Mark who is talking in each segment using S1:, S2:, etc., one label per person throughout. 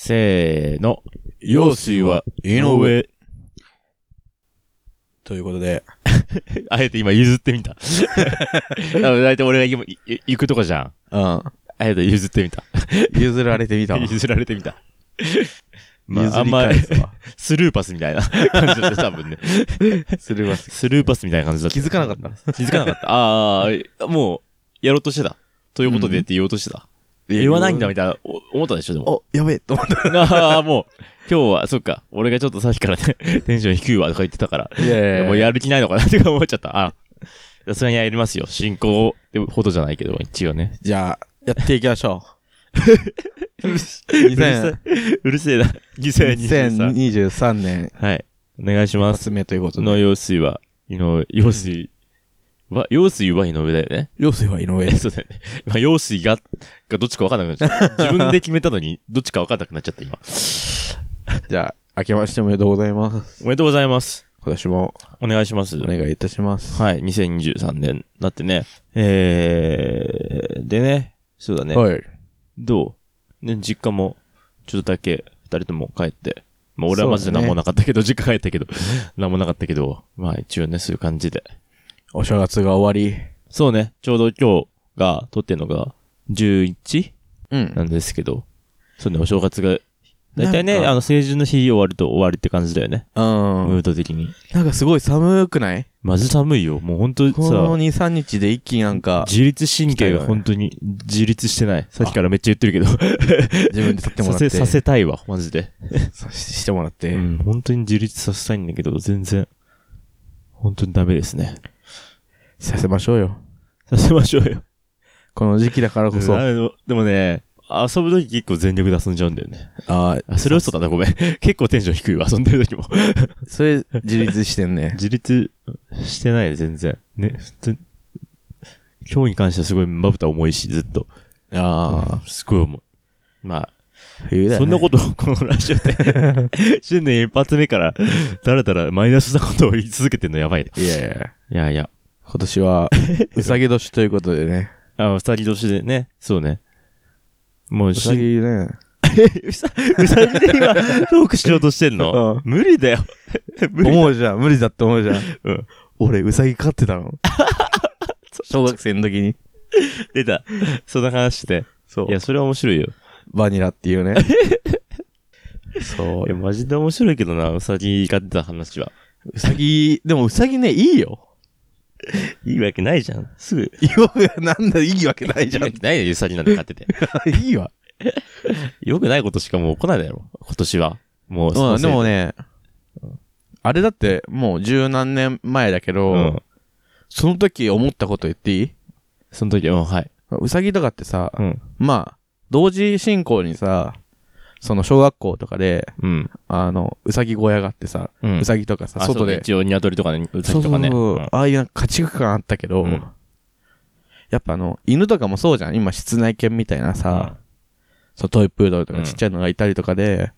S1: せーの。
S2: 陽水は井上。ということで、
S1: あえて今譲ってみた。だいたい俺が今いい行くとこじゃん。
S2: うん。
S1: あえて譲ってみた。
S2: 譲られてみたわ。
S1: 譲られてみた。まあ、
S2: 譲
S1: あん
S2: り
S1: ま
S2: 返すわ。
S1: スルーパスみたいな感じだった、多分ね。
S2: するわ。
S1: スルーパスみたいな感じだった。
S2: 気づかなかった。
S1: 気づかなかった。ああ、もう、やろうとしてた。ということでって言おうとしてた。言わないんだみたいな、お思ったでしょ、で も。
S2: お、やべえ、と思っ
S1: ああ、もう、今日は、そっか、俺がちょっとさっきからね、テンション低いわとか言ってたから、
S2: た。いや
S1: もうやる気ないのかなって思っちゃった。あさすがにやりますよ。進行ほどじゃないけど、一応ね。
S2: じゃあ、やっていきましょ
S1: う
S2: う。
S1: るせえ、うるせえな。2023。
S2: 2023年、
S1: はい。お願いします。
S2: 発目ということで。
S1: の用水は、井上、用水は、用水は井上だよね。
S2: 陽水は井上
S1: え、。そうだよね。まあ、用水が、がどっちか分かんなくなっ ちゃった。自分で決めたのに、どっちか分かんなくなっちゃった、今。
S2: じゃあ、明けましておめでとうございます。
S1: おめでとうございます。
S2: 今年も
S1: お願いします。
S2: お願いいたします。
S1: はい、2023年。だってね。えー、でね、そうだね。
S2: はい。
S1: どうね、実家も、ちょっとだけ、二人とも帰って。まあ、俺はマジで
S2: そうだね
S1: 何もなかったけど、 実家帰ったけど、何もなかったけど、まあ一応ね、そういう感じで。
S2: お正月が終わり。
S1: そうね、ちょうど今日が、撮ってんのが、11?
S2: う。
S1: なんんですけど、そうね、お正月が、だいたいね、
S2: なんか
S1: あの、成人の日終わると終わりって感じだよね。
S2: う
S1: ム
S2: ん
S1: ー。ド的に。
S2: なんかすごい寒くない
S1: まず寒いよ。もう本当
S2: この
S1: さ、
S2: 2、3日で一気になんか、
S1: 自律神経が本当に自立してない。さっきからめっちゃ言ってるけど。
S2: 自分で撮ってもら
S1: さ
S2: って。
S1: せ、 させたいわ、マジで。
S2: さしてもらって。
S1: うん、本当に自立させたいんだけど、全然、本当にダメですね。
S2: させましょうよ。
S1: させましょうよ。
S2: この時期だからこそ。あ
S1: あのでもね、遊ぶとき結構全力で遊んじゃうんだよね。
S2: あー、
S1: あ、それ嘘だな、ごめん。 結構テンション低いわ、遊んでるときも。
S2: それ自立してん ね。
S1: 自立してない、全然。ね、普通に今日に関してはすごいまぶた重いし、ずっと。
S2: あ
S1: あ、すごい重い。ま
S2: あ、冬
S1: あ、
S2: だよ
S1: そ
S2: ね。
S1: んなことをこのラジオで、 新年一発目から、だらだらマイナスなことを言い続けてんのやばいな。
S2: いやいや
S1: いやいや、
S2: 今年 は、うさぎ年ということでね。
S1: あ、うさぎ年でね。そうね。もう
S2: うさぎ
S1: し、
S2: ね。
S1: うさ、うさぎで今、トークしようとしてんの、
S2: うん
S1: 無理だよ。無理。
S2: 思うじゃん。無理だって思うじ ゃん。
S1: うん。
S2: 俺、うさぎ飼ってたの。小学生の時に。
S1: 出た。そんな話して。
S2: そう
S1: い。や、それは面白いよ。
S2: バニラっていうね。そ
S1: いや、マジで面白いけどな、うさぎが出た話は。
S2: う。うさぎ、でもうさぎね、いいよ。
S1: いいわけないじゃん。すぐ。
S2: よく、なんだ、いいわけ ない
S1: い
S2: じ
S1: い
S2: ゃん。
S1: わけないよ、うさぎなんて飼 ってて。
S2: いいわ。
S1: よくないことしかもう起こらないだろ。今年は。もう、
S2: うん、でも
S1: ね、
S2: ね、あれだって、もう十何年前だけど、
S1: うん。
S2: その時思ったこと言っていい
S1: その時、うん、はい。
S2: うさぎとかってさ、
S1: うん。
S2: まあ、同時進行にさ、その小学校とかで、
S1: うん。
S2: あの、うさぎ小屋があってさ、
S1: う。
S2: うんさぎとかさ、
S1: あそ
S2: 外
S1: うね
S2: で、
S1: 一応、鶏とかね、うさぎとかね。
S2: そうそうそう
S1: うん
S2: ああいうなんか家畜感あったけど、
S1: うん
S2: やっぱあの、犬とかもそうじゃん。今、室内犬みたいなさ、そうトイプードルと
S1: う
S2: か
S1: ん
S2: ちっちゃいのがいたりとかで、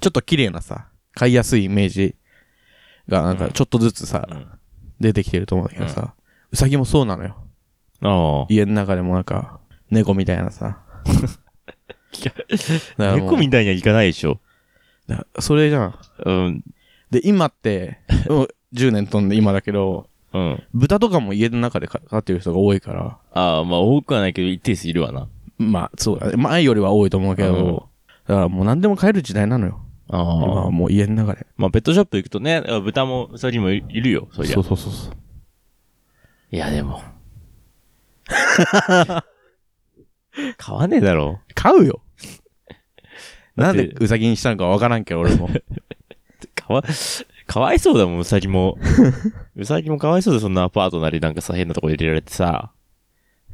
S2: ちょっと綺麗なさ、飼いやすいイメージが、な
S1: う
S2: んか
S1: ん
S2: ちょっとずつさ、
S1: うんうん
S2: 出てきてると思うんだけどさ、うさぎもそうなのよ。
S1: ああ。
S2: 家の中でもなんか、猫みたい なさ。だからもう
S1: 猫みたいにはいかないでしょ。
S2: だからそれじゃん。
S1: うん。
S2: で、今 って、もう10年飛んで今だけど、
S1: うん。
S2: 豚とかも家の中で飼飼ってる人が多いから、
S1: ああ、まあ多くはないけど、一定数いるわな。
S2: まあ、そうだね。前よりは多いと思うけど、だからもう何でも飼える時代なのよ。
S1: あ
S2: 今は
S1: あ。
S2: もう家の中で。
S1: まあ、ペットショップ行くとね、あ豚もウサギもいるよ、そりゃ
S2: そう。そうそうそう。
S1: いや、でも。 買わねえだろ。
S2: 飼うよ。
S1: だ
S2: な
S1: っ
S2: ん
S1: て
S2: でウサギにしたのかわからんけど、俺 も。
S1: かわ、かわいそうだもん、ウサギ も。ウサギもかわいそうで、そんなアパートなりなんかさ、変なとこ入れられてさ。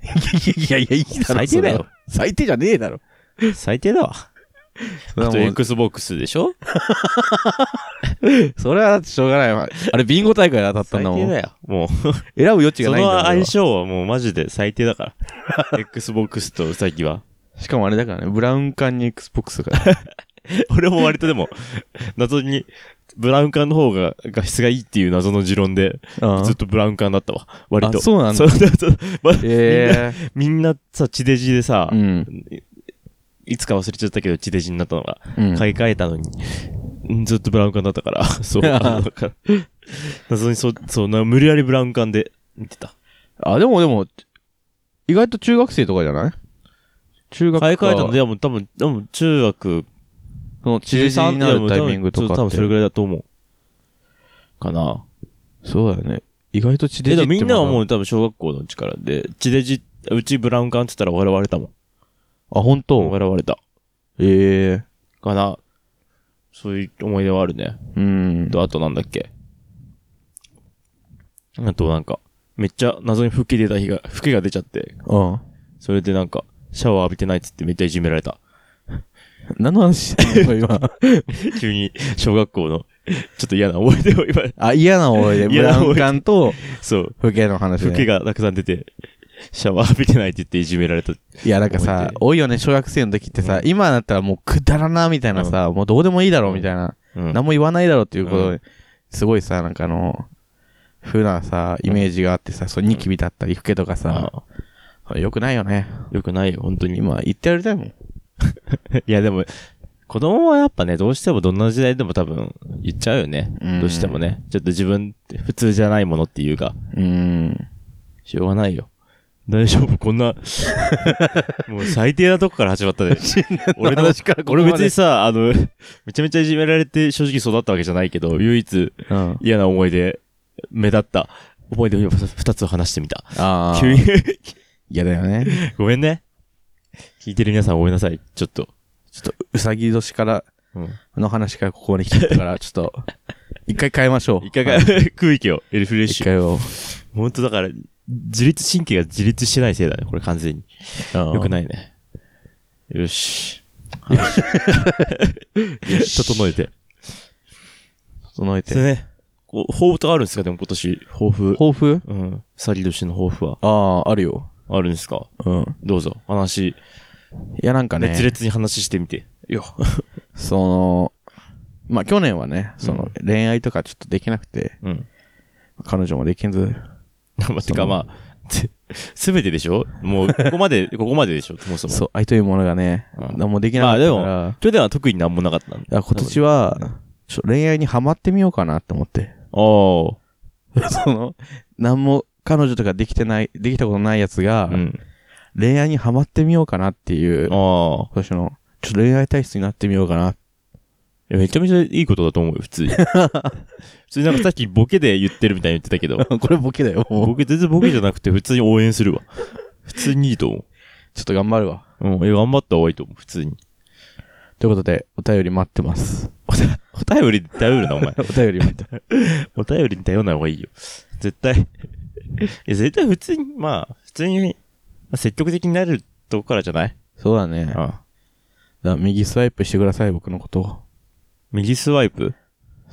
S2: いやいや、いいだろ。
S1: 最低だよ。
S2: 最低じゃねえだろ。
S1: 最低だわ。
S2: それ
S1: あ
S2: は
S1: と、
S2: もう
S1: Xbox でしょ
S2: それはだってしょうがないわ。あれ、ビンゴ大会で当たったん
S1: 最
S2: だもん。
S1: 低
S2: 選
S1: だよ。もう、
S2: ぶ余地が
S1: そ
S2: ないんだ
S1: の
S2: よ俺
S1: 相
S2: は。
S1: 性はもうマジで最低だ から。Xbox とウサギは。
S2: しかもあれだからね、ブラウン管に Xbox が。
S1: 俺も割とでも、謎に、ブラウン管の方が画質がいいっていう謎の持論で、
S2: うん
S1: ずっとブラウン管だったわ。割と。
S2: あそうなんだ
S1: そうそうそうま
S2: え
S1: みんなさ、地デジでさ
S2: え。う、ん。
S1: いつか忘れちゃったけど、地デジになったのが、
S2: うん
S1: 買い替えたのに、んずっとブラウン管だった から、そう、あの、なんか謎にそ、そう、な無理やりブラウン管で見てた。
S2: あ、でもでも、意外と中学生とかじゃない中学
S1: 買い
S2: か
S1: 替えたので、もう多分、でも中学、
S2: その、知事になるタイミングとか
S1: 多
S2: っ
S1: 分
S2: て。
S1: それぐらいだと思う。かな。
S2: そうだよね。意外と地デ
S1: え、
S2: ジ
S1: で
S2: っ
S1: も
S2: て
S1: みんなはも
S2: う。
S1: う多分小学校のうちからで、地デジ、うちブラウン管って言ったら笑われたもん。
S2: あ、本当
S1: 笑われた。
S2: ええ
S1: かな。そういう思い出はあるね。
S2: うん。
S1: と、あとなんだっけ。あとなんか、めっちゃ謎に吹き出た日が、吹きが出ちゃって、
S2: うん。
S1: それでなんか、シャワー浴びてないっつってめっちゃいじめられた。
S2: 何の話してん の今。
S1: 急に、小学校の、ちょっと嫌な思い出を今、
S2: あ、嫌な思い出。ブ
S1: 嫌な
S2: ラ
S1: 思
S2: ウ
S1: い出
S2: ン管と、
S1: そう、
S2: 不景の話、
S1: 吹き
S2: ね。
S1: がたくさん出て、シャワー浴びてないって言っていじめられた。
S2: いや、なんかさ、多いよね、小学生の時ってさ、今だったらもうくだらな、みたいなさ、もうどうでもいいだろ、うみたいな。
S1: うん。
S2: 何も言わないだろうっていうこと
S1: う
S2: で、すごいさ、なんかあの、風なさ、イメージがあってさ、そうニキビだったり、フケとかさ、
S1: あ
S2: よくないよね。
S1: よくないよ、本当に。
S2: 今、言ってやりたいもん。
S1: いや、でも、子供はやっぱね、どうしてもどんな時代でも多分言っちゃうよね。
S2: うん
S1: どうしてもね。ちょっと自分って普通じゃないものっていうか、
S2: うーん。
S1: しょうがないよ。大丈夫こん な、もう最低なとこから始まったで。俺の
S2: 話からここま
S1: 俺
S2: で
S1: 別にさ、あの、めちゃめちゃいじめられて正直育ったわけじゃないけど、唯一
S2: うん。
S1: 嫌な思い出、目立った思い出を二つ話してみた。
S2: ああ。
S1: 急に、
S2: 嫌だよね。
S1: ごめんね。聞いてる皆さんごめんなさい。ちょっと。
S2: ちょっと、うさぎ年から、
S1: うん
S2: の話からここに来ちゃったから、ちょっと、 一回変えましょう。
S1: 一回か、
S2: はい
S1: 空気をリフレッシ
S2: 一
S1: ュ。
S2: 回を。
S1: 本当だから、自律神経が自立してないせいだね、これ完全に。よく
S2: い。
S1: ないね。よし。
S2: し
S1: 整えて。そ
S2: 整え
S1: れ
S2: て。
S1: ね、こう、抱負とかあるんですかでも今年、抱負。
S2: 抱負
S1: うん。サリド氏の抱負は
S2: ああ、あるよ。
S1: あるんですか
S2: うん。
S1: どうぞ、話、
S2: いや、なんかね。
S1: 熱烈に話してみて。よ。
S2: その、まあ、去年はね、その、恋愛とかちょっとできなくて、
S1: うん。
S2: 彼女もできず、
S1: まあ、て
S2: そ
S1: か
S2: う
S1: まあ、てすべてでしょもう、ここまで、 ここまででしょそもそも。
S2: そう、愛というものがね、
S1: うん
S2: 何もできな
S1: ま
S2: か
S1: あ
S2: った
S1: で
S2: か
S1: も
S2: ら、
S1: それでは特になんもなかったんだ。
S2: いや今年は、ちょっと恋愛にハマってみようかなって思って。
S1: おー。
S2: その、何も彼女とかできてない、できたことないやつが、
S1: うん。
S2: 恋愛にハマってみようかなっていう、今
S1: ああ。
S2: 年の、ちょっと恋愛体質になってみようかな。
S1: いやめちゃめちゃいいことだと思うよ、普通に。普通になんかさっきボケで言ってるみたいに言ってた けど、
S2: これボケだよ、もう。
S1: ボケ全然ボケじゃなくて普通に応援するわ。普通にいいと思
S2: ちょっと頑張るわ。
S1: う。うん、いや頑張った方がいいと思う、普通に。
S2: ということで、お便り待ってます。
S1: お便りに頼るな、お前。
S2: お便り待って。
S1: お便りに頼らない方がいいよ。絶対。いや、絶対普通に、まあ、普通に、まあ積極的になるとこからじゃない
S2: そうだね。
S1: ああ
S2: だから右スワイプしてください、僕のことを。
S1: 右スワイプって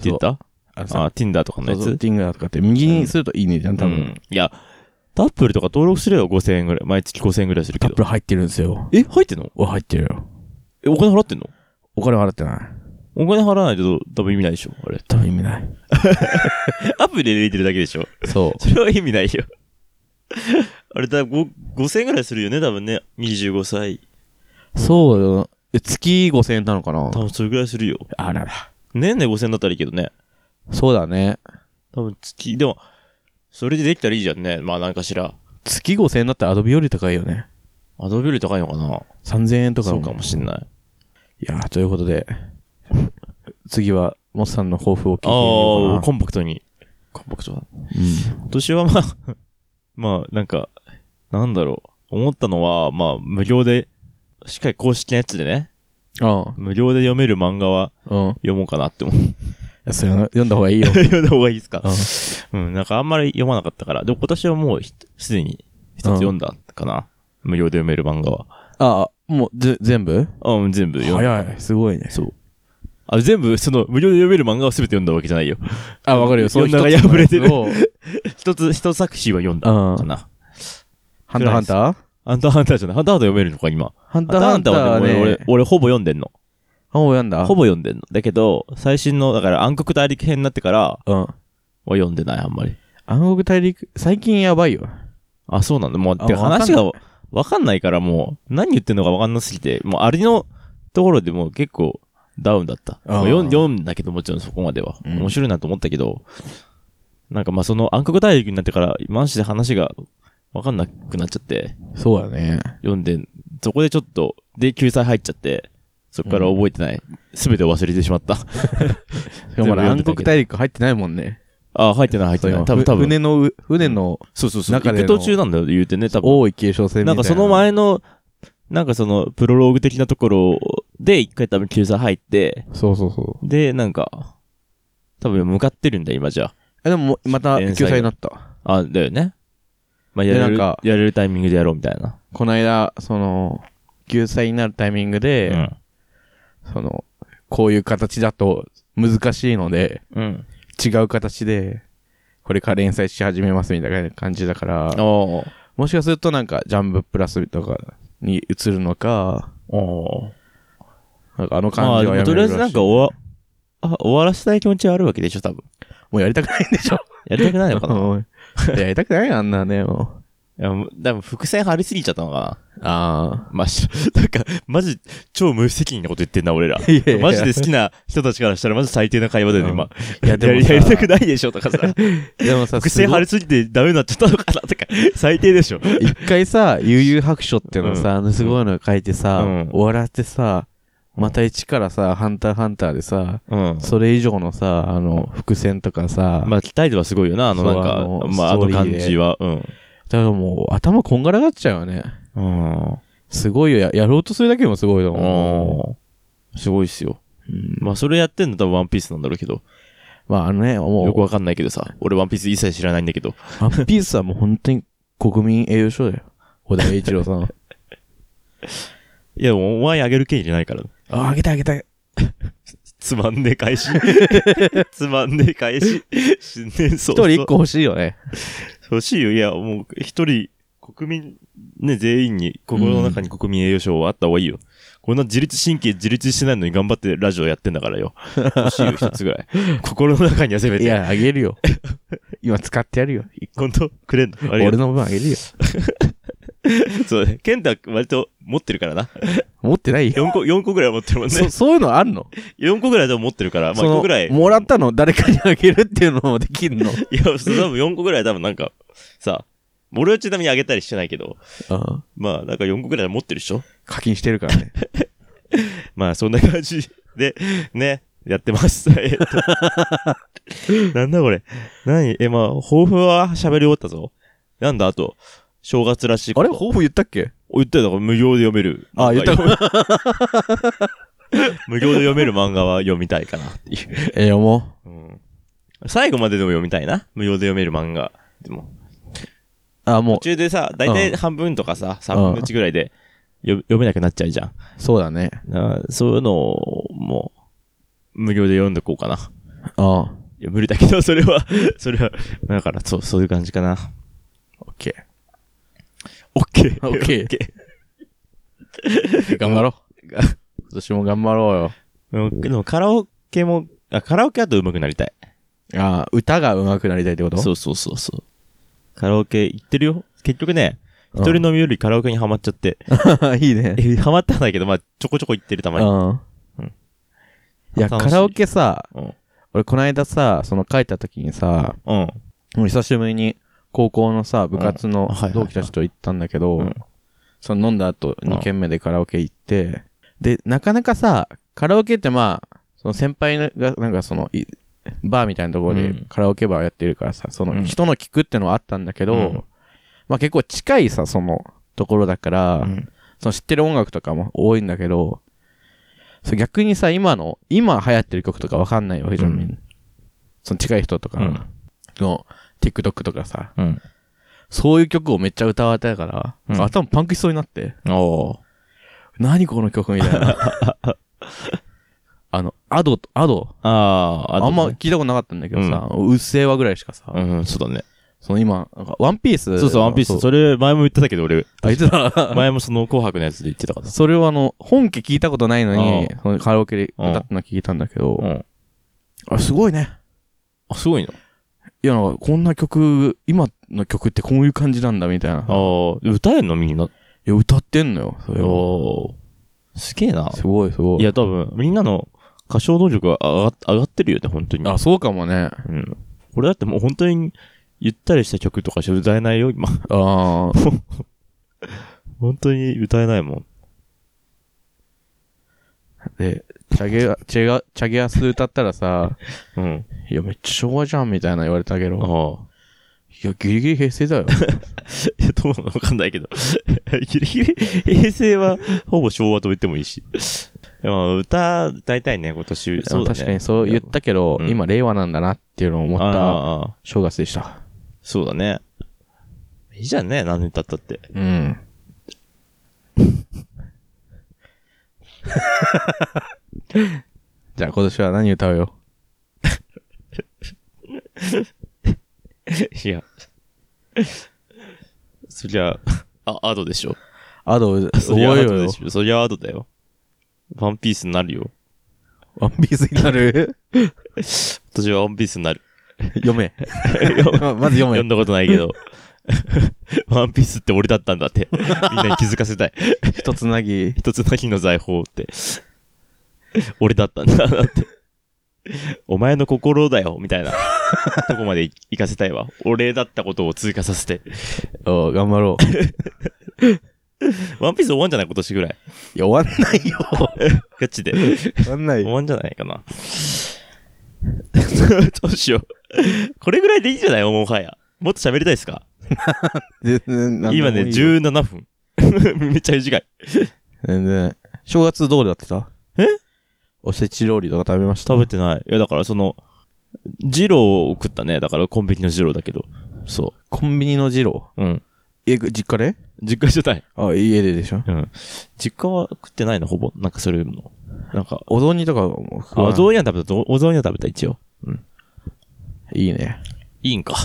S1: 言った
S2: あの
S1: あ
S2: さ、
S1: あ、Tinder とかの
S2: そう
S1: や
S2: そう
S1: つ
S2: ティンガーとかって右にするといいねじゃん、多
S1: う
S2: 分。
S1: んいや、タップルとか登録すれば5000円ぐらい。毎月5000円ぐらいする
S2: タ
S1: けど
S2: ップ。ル入ってるんですよ。
S1: え、入ってんの
S2: お、入ってるよ。
S1: え、お金払ってんの
S2: お金払ってない。
S1: お金払わないと多分意味ないでしょ、あれ。
S2: 多分意味ない。
S1: アプリで入れてるだけでしょ。
S2: そ
S1: それは意味ないよ。 あれだ、ご5000円ぐらいするよね、多分ね。25歳。
S2: う。そうよ。え月5000円なのかな
S1: 多分それぐらいするよ。
S2: あらら。
S1: 年で5000円だったらいいけどね。
S2: そうだね。
S1: 多分月、でも、それでできたらいいじゃんね。まあなんかしら。
S2: 月5000円だったらアドビより高いよね。
S1: アドビより高いのかな
S2: 3000円とか
S1: そうかもしんない。
S2: いやー、ということで、次は、モスさんの抱負を聞いて
S1: あ
S2: みよ
S1: あ
S2: う
S1: ー、コンパクトに。コンパクトだ。
S2: かな。
S1: 今年はまあ、 まあなんか、なんだろう。思ったのは、まあ無料で、しっかり公式のやつでね、
S2: うん。
S1: 無料で読める漫画は
S2: うん。うん。い
S1: 読もうかなって思う
S2: や、それ読んだ方がい いよ。
S1: 読んだ方がいいですか
S2: うん
S1: うん、なんかあんまり読まなかったから。でも今年はもうひすでに一つ読んだかな。無料で読める漫画は。
S2: あー、もう、ぜ、全部
S1: あ、うん全部読んだ。
S2: 早い。すごいね。
S1: そう。あ、全部、その、無料で読める漫画を全て読んだわけじゃないよ。
S2: あ、わかるよ。その一つ
S1: 世の中破れてる
S2: のやつを
S1: 一つ、一作品は読んだ
S2: うん
S1: かな。
S2: ハンターハンター
S1: ハンターハンターじゃない。ハンターハンター読めるのか、今。
S2: ハン
S1: ハンターハンターはね、俺、俺、俺ほぼ読んでんの。
S2: 本を読んだ
S1: ほぼ読んでんの。だけど、最新の、だから暗黒大陸編になってからは
S2: うん。
S1: 読んでない、あんまり。
S2: 暗黒大陸、最近やばいよ。
S1: あ、そうなんだ。もう、
S2: あ
S1: てか
S2: わかんない
S1: 話が、わかんないからもう、何言ってんのかわかんなすぎて、もうあれのところでもう結構ダウンだった。
S2: あー
S1: もう読ん読んだけどもちろんそこまでは。
S2: うん
S1: 面白いなと思ったけど、なんかまあその暗黒大陸になってから、マジで話がわかんなくなっちゃって、
S2: そうだね。
S1: 読んで、そこでちょっと、で、救済入っちゃって、そこから覚えてない。すべ、てを忘れてしまった。全部読んだけど
S2: しかもまだ暗黒大陸入ってないもんね。
S1: あー、入ってない、入ってない。多分、
S2: ふ
S1: 多分。
S2: 船のう、船の
S1: そうそうそう。
S2: 中
S1: 行
S2: での
S1: く途中なんだよ、言うてね、多分。
S2: 多い継承戦みた
S1: ないん
S2: な。
S1: かその前の、なんかその、プロローグ的なところで、一回多分救済入って、
S2: そうそうそう。
S1: で、なんか、多分向かってるんだ、今じゃ
S2: え、でも、また
S1: 連載
S2: 救済になった。
S1: あ。あ、だよね。まあ、や
S2: で
S1: れ
S2: なん
S1: る、や
S2: か
S1: れるタイミングでやろうみたいな。
S2: この間、その、救済になるタイミングで、その、こういう形だと難しいので、
S1: うん。うん。
S2: 違う形で、これから連載し始めますみたいな感じだから、
S1: おー
S2: もしかするとなんか、ジャンププラスとかに移るのか、
S1: おー
S2: なんかあの
S1: まあ、
S2: 感じ
S1: で
S2: は
S1: も
S2: やめ
S1: と
S2: る
S1: りあ
S2: ら
S1: え
S2: しい
S1: ずなんか終わ、あ、終わらせたい気持ちはあるわけでしょ、多分。
S2: もうやりたくないんでしょ
S1: やりたくない のかな。
S2: うんいややりたくないよあんなね、も
S1: いや、もう多分伏線張りすぎちゃったのか
S2: う。あ
S1: な。まあ、し なんか、マジ、超無責任なこと言ってんな、俺ら。
S2: あ。いや
S1: マジで好きな人たちからしたら、まず最低な会話だよね、
S2: うん
S1: 今。
S2: いや、でもさ
S1: やりたくないでしょと かさ、
S2: でもさ、
S1: 伏線張りすぎてダメになっちゃったのか なとか、最低でしょ。
S2: すごい一回さ、悠々白書っていうのさ、すごいの書いてさ、
S1: うん
S2: 終わらせてさ、また一からさ、ハンターハンターでさ、
S1: うん
S2: それ以上のさ、あの、伏線とかさ、
S1: まあ、期待度はすごいよな、あの、なんか、
S2: そうあの
S1: まあ、あ
S2: ス
S1: の
S2: トーリーで
S1: 感じは。うん。
S2: だからもう、頭こんがらがっちゃうよね。
S1: うん。
S2: すごいよ。ややろうとするだけでもすごいと思
S1: すごいっすよ。
S2: う。うん
S1: まあ、それやってんの多分ワンピースなんだろうけど、
S2: まあ、あのね、
S1: よく
S2: も
S1: わかんないけどさ、俺ワンピース一切知らないんだけど。
S2: う、ワンピースはもう本当に国民栄誉賞だよ。小田栄一郎さん。
S1: いや、お前あげる権利じゃないから。
S2: あ、あげてあげて。
S1: つまんねえ返 し。つまんねえ返し。死んでそ
S2: 一
S1: うそう
S2: 人一個欲しいよね。
S1: 欲しいよ。いや、もう、一人、国民、ね、全員に、心の中に国民栄誉賞はあった方がいいよ。こんな自律神経自立してないのに頑張ってラジオやってんだからよ。欲しいよ、一つぐらい。心の中にはせ め
S2: い
S1: て。
S2: や、あげるよ。 今使ってやるよ。
S1: 本当くれんのありが
S2: 俺
S1: と
S2: の分あげるよ。
S1: う。そうね。ケンタ割と持ってるからな。
S2: 持ってないよ。
S1: 4個、四個ぐらいは持ってるもんね
S2: そ。 そういうのあんの
S1: 4個ぐらいでも持ってるから、まあ
S2: そ
S1: 1
S2: の
S1: 個ぐらい。
S2: もらったの誰かにあげるっていうのもできんの。
S1: いや、そう多分4個ぐらいは多分なんか、さ、俺はちなみにあげたりしてないけど、
S2: うん
S1: まあ、なんか4個ぐらいは持ってるでしょ
S2: 課金してるからね。
S1: まあ、そんな感じで、ね、やってます。 えっと。なんだこれ。何え、まあ、抱負は喋り終わったぞ。なんだ、あと、正月らしい
S2: あ
S1: こ
S2: れ
S1: と。
S2: 抱負言ったっけ
S1: お言ったよ、だから無料で読める。
S2: あ言った
S1: た。無料で読める漫画は読みたいかなっていう。
S2: え、読もう。
S1: うん最後まででも読みたいな。無料で読める漫画。でも、
S2: あ、
S1: 途
S2: も
S1: 中でさ、だいたい半分とかさ、3分の1ぐらいで読読めなくなっちゃうじゃん。
S2: う、そうだね。
S1: なそういうのを、もう、無料で読んでこうかな。
S2: ああ、
S1: いや、無理だけど、それは、 それは、だから、そう、そういう感じかな。
S2: オッケ
S1: オッケー。
S2: オッケーー。頑張ろう。今年も頑張ろうよ。
S1: うんでも、カラオケも、あ、カラオケだと上手くなりたい。
S2: ああ、歌が上手くなりたいってこと
S1: そうそうそうそう。カラオケ行ってるよ。結局ね、
S2: うん
S1: 一人飲みよりカラオケにはまっちゃって。
S2: いいね。
S1: えはまったんだけど、まあ、ちょこちょこ行ってるたまに。
S2: う
S1: うんん。
S2: いや、
S1: 楽し
S2: カ
S1: い
S2: ラオケさ、
S1: うん。
S2: 俺この間さ、その書いた時にさ、
S1: うん。
S2: もう久しぶりに高校のさ、部活
S1: う
S2: の
S1: んはいはいはい
S2: 同期たちと行ったんだけど、
S1: うん
S2: その飲んだ後
S1: うん
S2: 2軒目でカラオケ行って、で、なかなかさ、カラオケってまあ、その先輩がなんかその、いバーみたいなところ
S1: う
S2: で
S1: ん
S2: カラオケバーやってるからさ、そうの
S1: ん
S2: 人の聞くってのはあったんだけど、
S1: うん
S2: まあ結構近いさ、そのところだから、
S1: うん
S2: その知ってる音楽とかも多いんだけど、そう逆にさ、今の、今流行ってる曲とかわかんないわけじゃ
S1: う
S2: ん、
S1: ん
S2: みんなその近い人とか、
S1: うん
S2: の TikTok とかさ、
S1: うん。
S2: そういう曲をめっちゃ歌われたから、
S1: うん
S2: 頭パンクしそうになって、
S1: おー
S2: 何この曲みたいな。 あの、アド、アド、
S1: あー、
S2: あ
S1: と
S2: んま
S1: ね
S2: 聞いたことなかったんだけどさ、うっせぇわぐらいしかさ、
S1: うん、そうだね。
S2: その今、なんかワンピース。
S1: そうそう、ワンピース。それ、前も言ってたけど、俺、
S2: あ、言ってた。
S1: 前もその紅白のやつで言ってたから。
S2: それをあの、本家聞いたことないのに
S1: う、
S2: そのカラオケで歌ったの聞いたんだけど、
S1: ん。
S2: あ、すごいね。
S1: あ、すごいな。
S2: いや、なんかこんな曲、今の曲ってこういう感じなんだみたいな。
S1: ああ、歌えんのみんな。
S2: いや、歌ってんのよ、それを。
S1: おーすげえな。
S2: すごい、すごい。
S1: いや、多分、みんなの歌唱能力が上が上がってるよね、本当に。
S2: あ、そうかもね。
S1: うん。俺だってもう本当に、ゆったりした曲とかしか歌えないよ、今。
S2: ああ。
S1: 本当に歌えないもん。
S2: で、チャゲア、チェガ、チャゲアス歌ったらさ、
S1: うん。
S2: いや、めっちゃ昭和じゃん、みたいな言われたけど。
S1: ああ。
S2: いや、ギリギリ平成だよ。
S1: いや、どうなのわかんないけど。 ギリギリ、平成は ほぼ昭和と言ってもいい し。でも歌、歌いたいね、今年。 そうだね。
S2: 確かにそう言ったけど、
S1: うん
S2: 今、令和なんだなっていうのを思っ
S1: あ
S2: た
S1: あああ、
S2: 正月でした。
S1: そうだね。いいじゃんね、何年経ったって。
S2: うん。 じゃあ今年は何歌うよ
S1: いや。そりゃ、あ、アドでしょ。
S2: アド、
S1: そりゃア
S2: 覚えよ
S1: ド
S2: う
S1: で
S2: よ。
S1: しょ。そりゃアドだよ。ワンピースになるよ。
S2: ワンピースになる
S1: 私はワンピースになる。
S2: 読め。 まず読
S1: 読ん
S2: め。
S1: だことないけど。 ワンピースって俺だったんだって。みんなに気づかせた い。
S2: 一つなぎ。
S1: 一つの日の財宝って。俺だったんだなって。お前の心だよ、みたいな。とこまで行かせたいわ。俺だったことを通過させて。
S2: おう頑張ろう。
S1: ワンピース終わんじゃない今年ぐらい。
S2: いや、終わんないよ。
S1: ガチで。
S2: 終わんない
S1: 終。わんじゃないか な。どうしよう。これぐらいでいいんじゃないもはや。もっと喋りたいですか
S2: 全然なんでも
S1: 今ね、
S2: いいよ
S1: 17分。 めっちゃ短い。
S2: 全然。正月どうだってた
S1: え
S2: おせち料理とか食べました
S1: 食べてない。いや、だからその、ジローを食ったね。だからコンビニのジローだけど。そ
S2: コンビニの二郎。
S1: う。うん。
S2: え、実家で
S1: 実家じゃない。
S2: あ、家ででしょ
S1: うん。実家は食ってないの、ほぼ。なんかそれも。なんか、
S2: お雑煮とかも食
S1: あお
S2: わない
S1: 雑煮は食べた、お雑煮は食べた、一応。
S2: いいね。
S1: いいんか。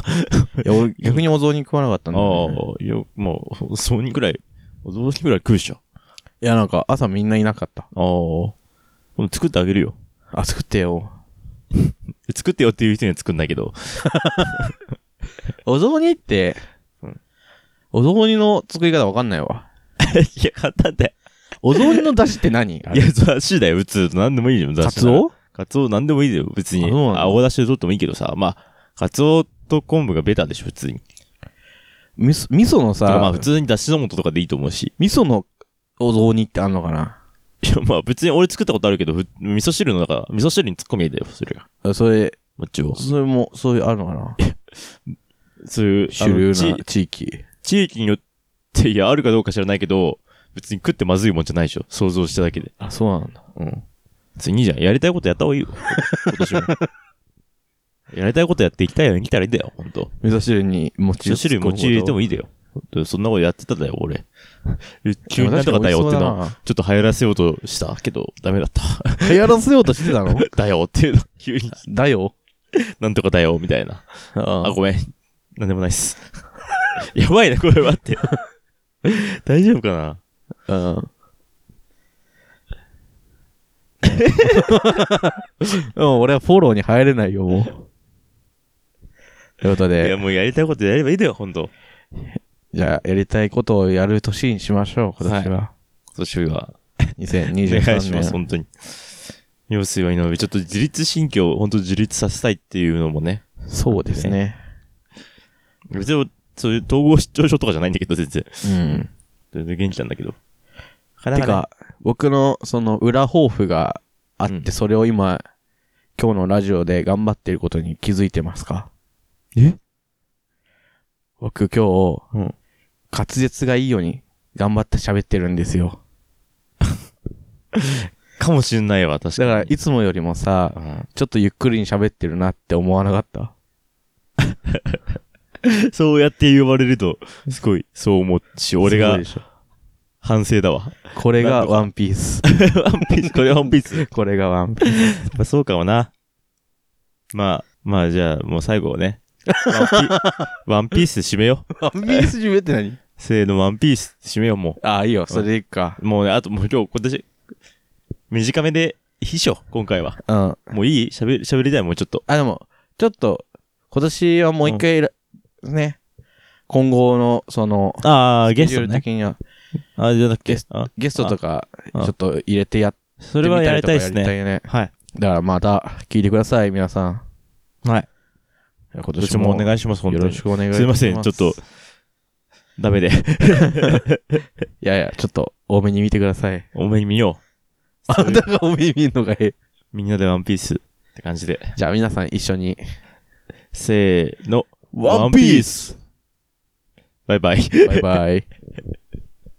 S2: いや、 俺逆にお雑煮食わなかったんだよ
S1: あ
S2: ね。
S1: あ、いや、もう、お雑煮くらい、お雑煮くらい食うっしょ。
S2: いや、なんか朝みんないなかった。
S1: ああ。でも作ってあげるよ。
S2: あ、作ってよ。
S1: 作ってよっていう人には作んないけど。
S2: お雑煮って、
S1: うん
S2: お雑煮の作り方わかんないわ。
S1: いや、簡単だよ。
S2: お雑煮の出汁って 何あ
S1: い
S2: れ
S1: や、雑誌だよ、普通。何でもいいよ、雑誌なら。
S2: カツオ
S1: カツオなんでもいいよ、別に。
S2: あそうなんだ
S1: 青だしで取ってもいいけどさ、まあ、カツオと昆布がベタでしょ、普通に。
S2: 味噌味噌の
S1: てか
S2: さ、
S1: まあ、普通にだしの素とかでいいと思うし。
S2: 味噌のお雑煮ってあんのかない
S1: や、まあ、別に俺作ったことあるけど、ふ味噌汁の中、味噌汁に突っ込みだよ、それが。
S2: あそれ、
S1: もちろん。
S2: それも、そういうあるのかな
S1: そういう、あ
S2: 主
S1: の
S2: 流
S1: ち
S2: な地域。
S1: 地域によって、いや、あるかどうか知らないけど、別に食ってまずいもんじゃないでしょ、想像しただけで。
S2: あ、そうなんだ。
S1: うん。別にいいじゃん。やりたいことやった方 がいいよ。今年も。やりたいことやっていきたいように生きたらいいんだよ、ほんと。
S2: 味噌汁に餅
S1: 味
S2: を
S1: 噌汁に餅入れてもいいだよ。ほんとそんなことやってただよ、 俺。急になんとかだよっての、ちょっと流行らせようとしたけど、ダメだった。
S2: 流行らせようとしてたの
S1: だよっていうの、急に、
S2: だよ。
S1: なんとかだよ、みたいな。あ、
S2: あ
S1: ごめん。なんでもないっす。 やばいね、これ待 って。大丈夫かな
S2: うん。 うん、俺はフォローに入れないよ、もう。ということ
S1: いや、
S2: で、
S1: もうやりたいことやればいいだよ、ほんと。
S2: じゃあ、やりたいことをやる年にしましょう、今年は。
S1: 今年は。お
S2: 2023
S1: 願いします、
S2: 年。
S1: 本当に。陽水は井上、ちょっと自律神経を本当自立させたいっていうのもね。
S2: そうですね。
S1: 別に、そういう統合失調症とかじゃないんだけど、全然。
S2: うん。
S1: 全然元気なんだけど。
S2: てか、僕のその裏抱負があっ
S1: うん
S2: て、それを今、今日のラジオで頑張ってることに気づいてますか
S1: え
S2: 僕今日、
S1: うん。
S2: 滑舌がいいように頑張って喋ってるんですよ。
S1: かもしんないわ、確か
S2: だ
S1: に。
S2: から、いつもよりもさ、
S1: うん
S2: ちょっとゆっくりに喋ってるなって思わなかった。
S1: そうやって言われると、すごい、そう思うし、俺
S2: すご
S1: が
S2: いでしょ
S1: 反省だわ。ワン
S2: これ
S1: なん
S2: が
S1: とか
S2: ワンピース。
S1: ピース、これワンピース。やっ
S2: これがワンピース。
S1: ぱそうかもな。まあ、まあじゃあ、もう最後はね。ワンピワンピースで締めよう。
S2: ワンピース締めって何
S1: せーの、ワンピースで締めよう、もう。
S2: ああ、いいよ。それでいいか。
S1: もうね、あともう今日、今年、短めで、秘書、今回は。
S2: うん。あ、
S1: もういい喋り、喋りたい、もうちょっと。
S2: でも、ちょっと、今年はもう一回ら、ね、今後の、その、
S1: ああ、
S2: スケ
S1: ゲ
S2: ジ
S1: ス
S2: ュ
S1: ト
S2: ール
S1: ね。
S2: 的には、
S1: あ、じゃなくて
S2: ゲス、
S1: あ
S2: ゲストとか、ち
S1: あ
S2: ょっと入れてやって
S1: そ
S2: み
S1: れ
S2: た
S1: は
S2: り
S1: やり
S2: とか
S1: たいです
S2: やり
S1: ね。
S2: たいね。
S1: はい。
S2: だからまた、聞いてください、皆さん。
S1: はい。
S2: 今
S1: どっ
S2: 年
S1: ち
S2: も
S1: もお願いします、本
S2: よ
S1: 当
S2: ろ
S1: に。
S2: し
S1: す
S2: くお願いします。
S1: いません、ちょっと。、ダメで。
S2: いやいや、ちょっと、多めに見てください。
S1: お目に見よ
S2: あんたが 多めに見るのがいい。
S1: う。みんなでワンピースって感じで。
S2: じゃあ皆さん一緒に。
S1: せーの。
S2: ワンピー
S1: スバイバイ。
S2: バイバイ。